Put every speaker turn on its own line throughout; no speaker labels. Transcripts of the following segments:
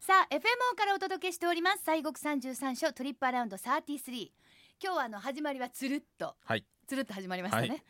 さあ FMO からお届けしております西国三十三所トリップアラウンド33今日はあの始まりはつるっと
はい
つるっと始まりましたね、
はい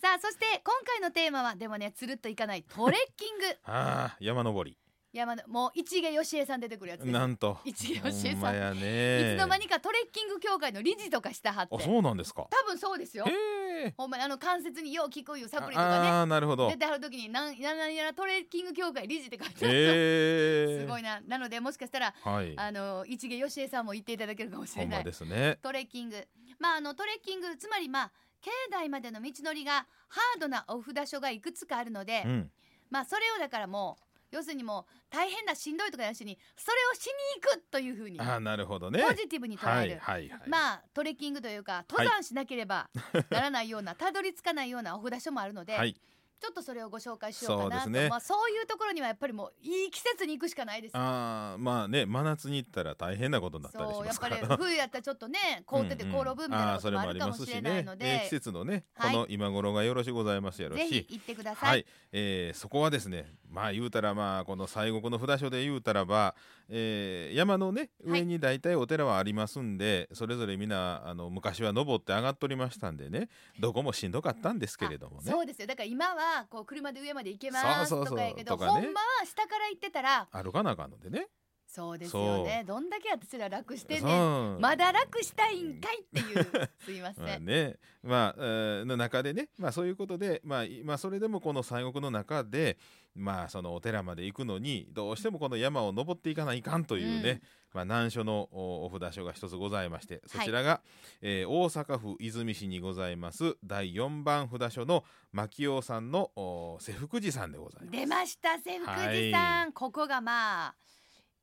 さあそして今回のテーマはでもねつるっといかないトレッキング
ああ山登り
山のもう市毛よしえさん出てくるやつです
なんと
市毛よしえ
ほん
さ
ま
ん、
やね
いつの間にかトレッキング協会の理事とかしたはって
あ
多
そうなんですか
分そうですよ
へえ
ほんまにあの関節によう効くいうサプリとかね
ああーなるほど
出てはる時になんなんなんやらトレッキング協会理事って書いてあるんですよ
へえ
すごいななのでもしかしたら
はい
あの市毛よしえさんも言っていただけるかもし
ほ
れ
ん
な
ま
い
ですね
トレッキングまああのトレッキングつまりまあ境内までの道のりがハードなお札所がいくつかあるので、
うん
まあそれをだからもう要するにもう大変なしんどいとかなしにそれをしに行くというふうに
ああなるほどね
ポジティブに捉
は
える、
いはいはい
まあトレッキングというか登山しなければならないよう な、たどり着かないようなお札所もあるので、
はい
ちょっとそれをご紹介しようかなと
そ
そうう,、
ですね
まあ、そういうところにはやっぱりもういい季節に行くしかないですよ
ああまあね真夏に行ったら大変なことになったりし
そう
ま
やっ
す
ぱ
か
り
ら
冬やったらちょっとね凍ってて
うん
転
うん
ぶみたいなこともあるかもしれないので、
あーそれもありますしねえー季節のね、
はい
この今頃がよろしゅうございますやろ
ぜひ
し
行ってください、
はい、えーそこはですねまあ言うたらまあこの西国の札所で言うたらば、えー山のね
はい
上に大体お寺はありますんで、それぞれみんなあの昔は登って上がっておりましたんでねどこもしんどかったんですけれどもね
そうですよだから今はこう車で上まで行けます
そうそ
と
うそう
かやけど
とか
ほ
ね
んまは下から行ってたら
歩かなあかんのでね
そうですよねどんだけ私ら楽してんねん
そう
まだ楽したいんかいっていう すいません、
まあねまあ、えーの中でね、まあ、そういうことで、まあ、いまあそれでもこの西国の中で、まあ、そのお寺まで行くのにどうしてもこの山を登っていかないかんというね、
うん
まあ、難所のおお札所が一つございましてそちらが、えー大阪府和泉市にございます第4番札所の牧雄さんのお瀬福寺さんでございます。
出ました瀬福寺さん、ここがまあ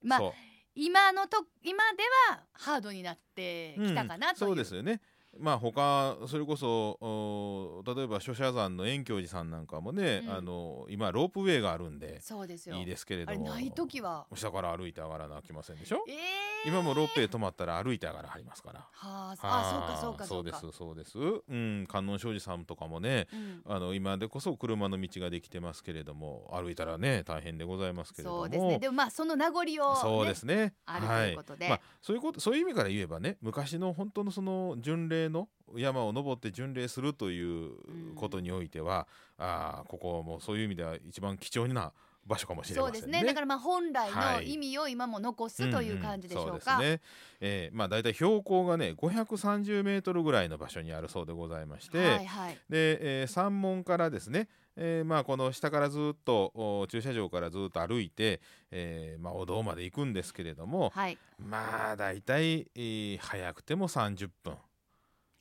まあ
そう
今のと今ではハードになってきたかなという、
そうですよねまあ他それこそお例えば諸社山の遠鏡寺さんなんかもね、
うん
あの今ロープウェイがあるんで
そうですよ
いいですけれ
あ
ど
れ
も
ない時は
下から歩いて上がらなきませんでしょ
ええ
今もロープウェイ止まったら歩いて上がらはりますから
はあ、
は
あ
い
そうかそうかそうか
そうですそうですうん観音庄司さんとかもね
うん
あの今でこそ車の道ができてますけれども歩いたらね大変でございますけれども
そうですねでもまあその名残を、ね、
そうですね。
あるということで
まあ、そういうこと、そういう意味から言えばね、昔の本当のその巡礼の山を登って巡礼するということにおいては。ああ、ここはもうそういう意味では一番貴重な場所かもしれ
そう
ま
で
せん
す
ね。。
ねだかららまあ本来の
はい
意味を今も残すという感じでしょうか、
んんそうですね。えーまあだいたい標高がね530メートルぐらいの場所にあるそうでございまして、
はいはい
で、えー山門からですね、えーまあ、この下からずっとお駐車場からずっと歩いて、えーまあ、お堂まで行くんですけれども、
はい
まあ大体、えー早くても30分。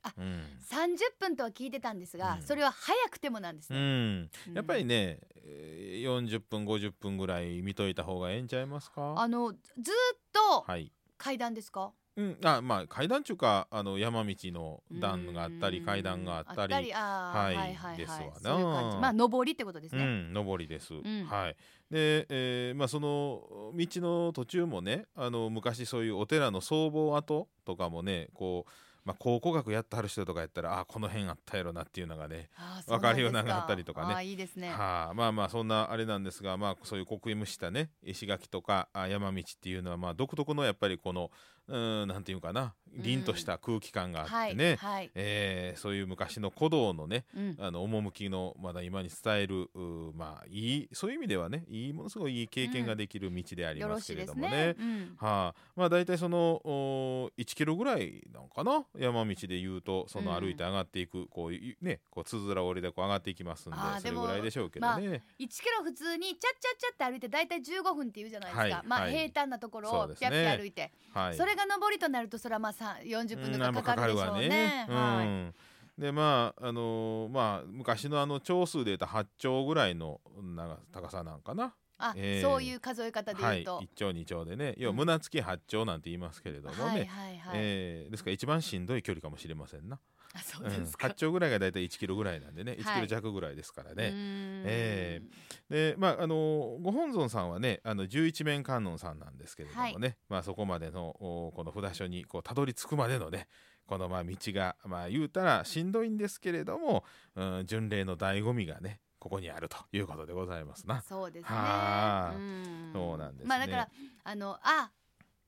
あ
うん
30分とは聞いてたんですが、
うん
それは早くてもなんです
う
ね、
ん、
うん
やっぱりね、えー40分50分ぐらい見といた方がええんちゃいますか
あのずずっと
はい、
階段ですか、
うん、あまあ階段中かあの山道の段があったり
うん
階段があったり
あーは
はいい
はいはい
ですわな
そういう感じまあ上りってことです
う
ね、
ん、上りです、
ん
はいで、えーまあ、その道の途中もねあの昔そういうお寺の僧帽跡とかもねこう、まあ、考古学やってはる人とかやったらあこの辺あったやろなっていうのがね
あー
わかるよう
そ
な
う
のがあったりとかね
あーいいですね
はあ、まあまあそんなあれなんですが、まあ、そういう刻印したね石垣とかあ山道っていうのはまあ独特のやっぱりこのうーんなんていうかな凛とした空気感があ
は
って
い
ね、
はい、
えーそういう昔の古道のね
うん、
あの趣のまだ今に伝えるうーまあいいそういう意味ではねいいものすごいいい経験ができる道であり
よろ
ま
し
すけ
い
れ
で
ど
す
もね。
ね、うん
はあ、まあ大体そのお1キロぐらいなんかな山道で言うとその
うん
歩いて上がっていく、こういねこうつづら折りでこう上がっていきますんで
あー
そ
で
れぐ
も
らいでしょうけどね、
1キロ普通にチャッチャッチャって歩いて大体15分っていうじゃないですか、
はい
まあ
はい
平坦なところ
そ
を
うです
ピャ
ね
ッピャ歩いてそ,、
はい、
れが上りとなるとそれはまあさ40分とかかかるでしょうね
うん
は
う
い
んでまああのーまあ昔のあの長数で言うと8丁ぐらいの長高さなんかな、
あ、
えー
そういう数え方で
は
言
い、
うと、
1丁2丁でね要は
うん
胸付き8丁なんて言いますけれどもね、
はいはいはい
えーですから一番しんどい距離かもしれませんな。
あそう
うん
ですか、
八丁ぐらいがだいたい1キロぐらいなんでね
い
1キロ弱ぐらいですからね、
うーん
えでまああのご本尊さんはねあの十一面観音さんなんですけれどもね、まあそこまでのおこの札所にこうたどり着くまでのねこのまあ道がまあ言うたらしんどいんですけれども、うん、巡礼の醍醐味がねここにあるということでございますな。
そうですね
はあ
ん
そうなんですね
まあだからあのあ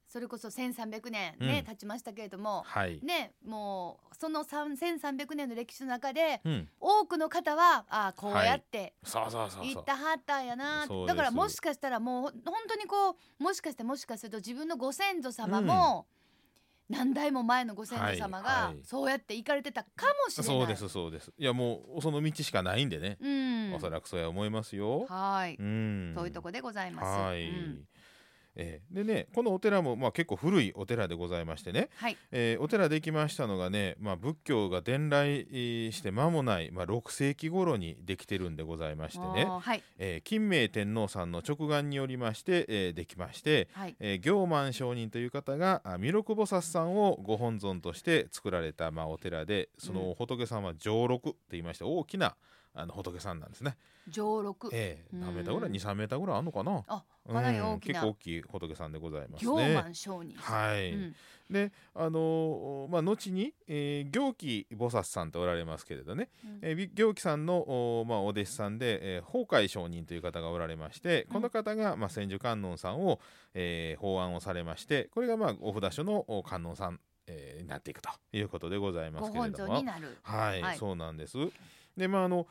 それこそ1300年ね、
うん
経ちましたけれども
はい、
ねもうその3 1300年の歴史の中で
うん、
多くの方はあこうやって
そうそうそう
行
そう
ったはったんやな
そうで
だ
す
からもしかしたらもうほん本当にこうもしかしてもしかすると自分のご先祖様も、何代も前のご先祖様
はい
が
はい
そうやって行かれてたかもしれない。
そうですそうですいやもうその道しかないんでね、
うん、
おそらくそうは思いますよ
はい、
うん
というとこでございます。
はい、
うん
えーでねこのお寺も、まあ、結構古いお寺でございましてね、
はい
えーお寺できましたのがね、まあ、仏教が伝来えーして間もない、まあ、6世紀頃にできてるんでございましてね、
あーはい
えー金明天皇さんの直眼によりまして、えーできまして、
はい
えー行満上人という方があ弥勒菩薩さんをご本尊として作られた、まあ、お寺でその仏さんは上六と言いまして大きなあの仏さんなんですね。
上六、
ええ
うん
何メーターぐらい23メーターぐらいあるのかな
あかなり
う
大
ん
き
結
な
構大きい仏さんでございます
行
ね。
満商人さん。
はい、
うん
であのーまあ、後に、えー、行基菩薩さんとおられますけれどね、
うん
えーび行基さんのお,、まあ、お弟子さんで、えー、法海上人という方がおられましてこの方が、まあ、千手観音さんを、えー、法案をされましてこれが、まあ、お札所のお観音さん、えーになっていくということでございま
ご
すけれ
本
ど
尊
も。
になる。
はい、
はい
そうなんです。で、まあ、あの、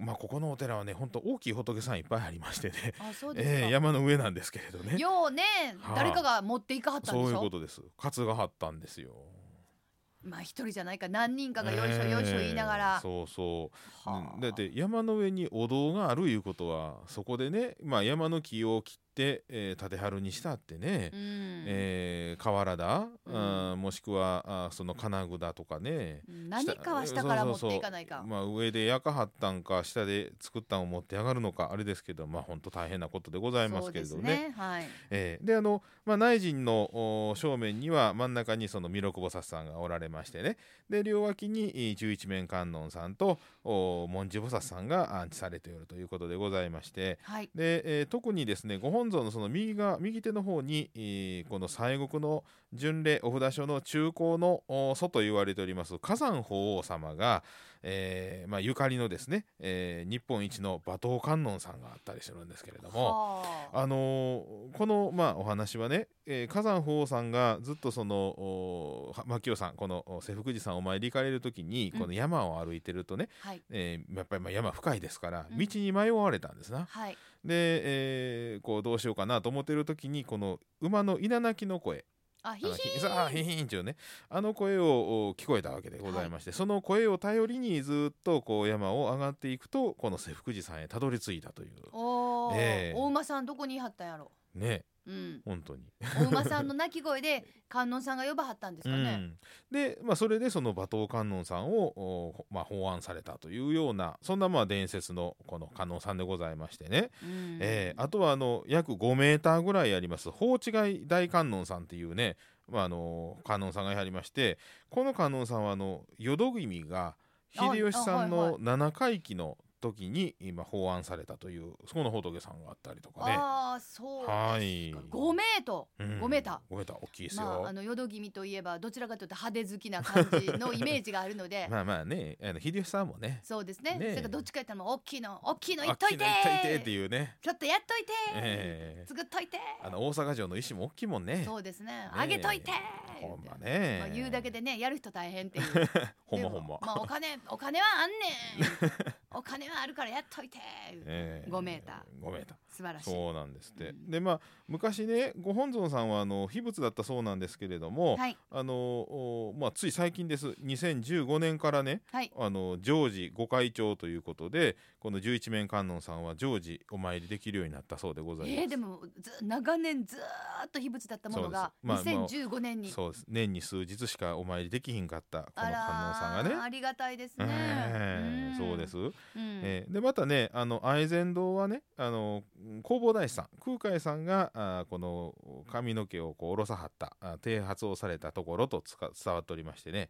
まあ、ここのお寺はね、本当大きい仏さんいっぱいありましてね。
あそうですか。
ええ山の上なんですけれどね。
ようね、
はあ
誰かが持っていかはったんでしょ
そういうことです。担がはったんですよ。
まあ一人じゃないか何人かがよいしょよいしょ言いながら、
ええそうそう。
は
う
あ
んだって、山の上にお堂があるいうことは、そこでね、まあ、山の木を切って、えー、立てはるにしたってね。
うん
えー河原だ、
う
うんん、もしくはあその金具だとかね、
うん何かは下から持っていかない
そ
か
うそうそうまあ、上で焼かはったんか下で作ったんを持ってやがるのかあれですけどまあ本当大変なことでございますけれど
そう
ね。
ですねはい
ええであの、まあ、内陣のお正面には真ん中にその弥勒菩薩さんがおられましてねで両脇にえー十一面観音さんとお文殊菩薩さんが安置されているということでございまして。
はい
で、えー特にですねご本尊のその右が右手の方に、えーこの西国の巡礼お札所の中高のお祖と言われております火山法王様が、えーまあ、ゆかりのですね、えー日本一の馬頭観音さんがあったりするんですけれども。
はあ
あのーこの、まあ、お話はね、えー火山法王さんがずっとそのおは牧雄さんこのお瀬福寺さんお参り行かれる時に
うん
この山を歩いてるとね、
はい
えーやっぱりまあ山深いですから
うん
道に迷われたんですな。
はい
で、えーこうどうしようかなと思ってる時にこの馬の稲鳴きの声
あ
「
ひひ
あのさあヒヒン」っていうねあの声をお聞こえたわけでございまして、その声を頼りにずっとこう山を上がっていくとこの瀬福寺さんへたどり着いたという
おー、
ええ
お馬さんどこにいはったんやろ
ね
うん
本当に。
お馬さんの鳴き声で観音さんが呼ばはったんですか
う
ね、
ん、で、まあ、それでその馬頭観音さんを、おほまあ、法案されたというようなそんなまあ伝説のこの観音さんでございましてね。
うん
えーあとはあの約5メーターぐらいあります放置外大観音さんっていうね、まあ、あの観音さんがやりましてこの観音さんはあの淀君が秀吉さ
あ
ん
あはいは
の七回忌の時に今法案されたというそこの仏さんがあったりとかね。
ああそうですか、
はい
5メートル、
うん
5メータ
5メーター大きいで
ー
すよ。
まああの淀君といえばどちらかというと派手好きな感じのイメージがあるの で
まあまあねあの秀吉さんもね。
そうですね。
ねえ
それからどっちか言ったらもう大きいの大きいのいっといて
あっきり言っといてっていうね。
ちょっとやっといて、
ええ
作っといて
あの大阪城の石も大きいもんね。
そうですね
ねえ
あげといて
ほんまね、
まあ、言うだけでねやる人大変っていう
ほんま
で
ほ
も
んま。
ま あお金お金はあんねんお金はあるからやっといて、
ええ
5メータ
ー。5メーター。
素晴らしい
そうなんですって、
うん
でまあ昔ねご本尊さんはあの秘仏だったそうなんですけれども、
はい
あのおまあ、つい最近です2015年からね
はい
あの常時ご開帳ということでこの十一面観音さんは常時お参りできるようになったそうでございます。
えー、でもず長年ずーっと秘仏だったものが、
そうですまあまあ
2015年に、
そうです年に数日しかお参りできひんかったこの
あ
観音さん
らー
が
あ
ね。
りがたいですね、
ええそうです、、
うん
えーでまたねあの愛禅堂はねあの弘法大師さん空海さんがあーこの髪の毛をこう下ろさはったあー剃髪をされたところとつか伝わっておりましてね、
へえ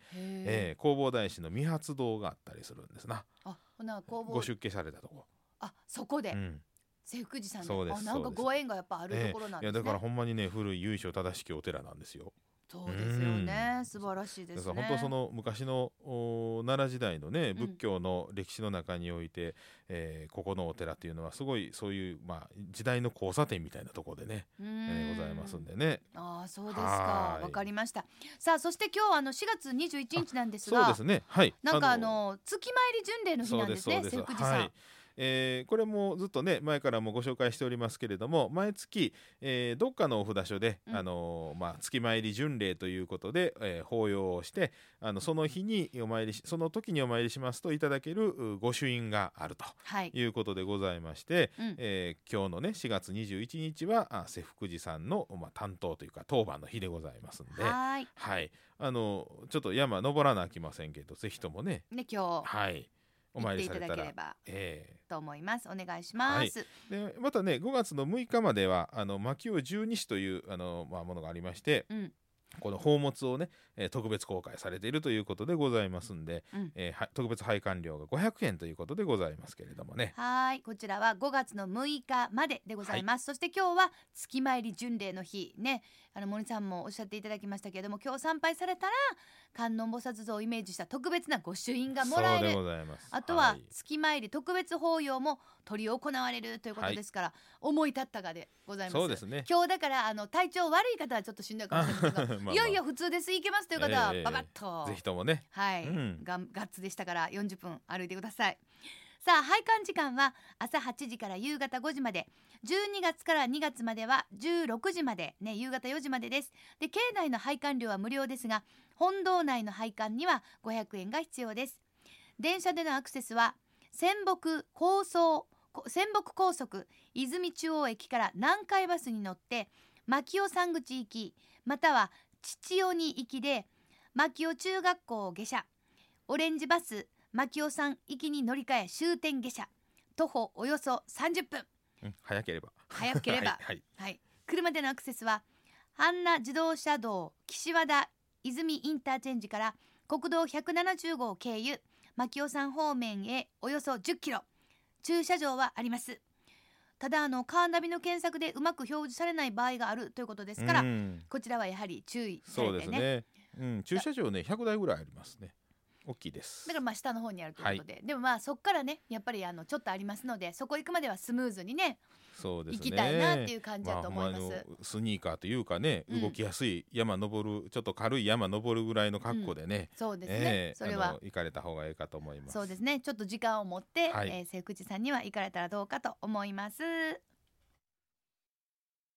えー、弘法大師の未発堂があったりするんですな
あほな工
ご
房
出家されたとこ、
あそこで、
うん、
瀬福寺さん
そう
の
で
あ
す
なんか
そうです
ご縁がやっぱあるところなん
い
で
や
すね。
だからほんまにね古い由緒正しきお寺なんですよ。
そうですよね、素晴らしいで
だ
す
か
ね
ら本当その昔のお奈良時代のね仏教の歴史の中において、えーここのお寺というのはすごいそういう、まあ、時代の交差点みたいなところでね、
う
え
ん
ーございますんでね
ああそうです
は
か
ーい
わかりましたさあそして今日はあの4月21日なんです
そう
が
ですねはい
なんかあの月参り巡礼の日
そ
な
うん
で
ですすそ
ね
うです
セクジさん、
はいえーこれもずっとね前からもご紹介しておりますけれども毎月、えーどっかのお札所で、
うん
あのーまあ、月参り巡礼ということで、えー法要をしてあのその日にお参りしその時にお参りしますといただけるう御朱印があると
はい
いうことでございまして、
うん
えー今日のね4月21日はあ瀬福寺さんの、まあ、担当というか当番の日でございますんで。
はーい
はい、あのちょっと山登らなあきませんけどぜひともね
ね今日
はい、お
行っ
参
て
り
い
さ
た
れ
だ
た
け
ら。
れば
え
と思いますお願いします、
えでまたね5月の6日まではあの薪を十二支というあの、まあ、ものがありまして
うん
この宝物をね、えー特別公開されているということでございますんで、
うん
えーは特別拝観料が500円ということでございますけれどもね。
はーいこちらは5月の6日まででございます、そして今日は月参り巡礼の日ねあの森さんもおっしゃっていただきましたけれども今日参拝されたら観音菩薩像をイメージした特別な御朱印がもらえ
そうで
る
ございます
あとはい月参り特別法要も執り行われるということですから、思い立ったがでございます
そうですね。
今日だからあの体調悪い方はちょっとしんどいかもしれませんが、
まあまあ
いよいよ普通です行けますという方は
ええ
ババッと、
ぜひともね
はい、
うん
がんガッツでしたから40分歩いてくださいさあ拝観時間は朝8時から夕方5時まで12月から2月までは16時までね夕方4時までですで境内の拝観料は無料ですが本堂内の拝観には500円が必要です電車でのアクセスは仙北高層こ仙北高速泉中央駅から南海バスに乗って牧尾山口行きまたは父尾に行きで牧尾中学校を下車オレンジバス牧尾山行きに乗り換え終点下車徒歩およそ30分
うん早ければ
早ければ
はいはい
はい、車でのアクセスは阪奈自動車道岸和田泉インターチェンジから国道170号を経由牧尾山方面へおよそ10キロ駐車場はありますただあのカーナビの検索でうまく表示されない場合があるということですから、
うん
こちらはやはり注意され
そうで
て
す
ね
ね。うん、駐車場ね100台ぐらいありますね。大きいです。
だからまあ下の方にあるということで、でもまあそこからねやっぱりあのちょっとありますのでそこ行くまではスムーズにね
そうです
行
ね。
きたいなっていう感じだと思います。
まあほんあのスニーカーというかね、
うん
動きやすい山登るちょっと軽い山登るぐらいの格好でね、
そうですね、
ええ
それ
あ
は
の行かれた方がいいかと思います。
そうですねちょっと時間を持って、
はい
えー、瀬口さんには行かれたらどうかと思います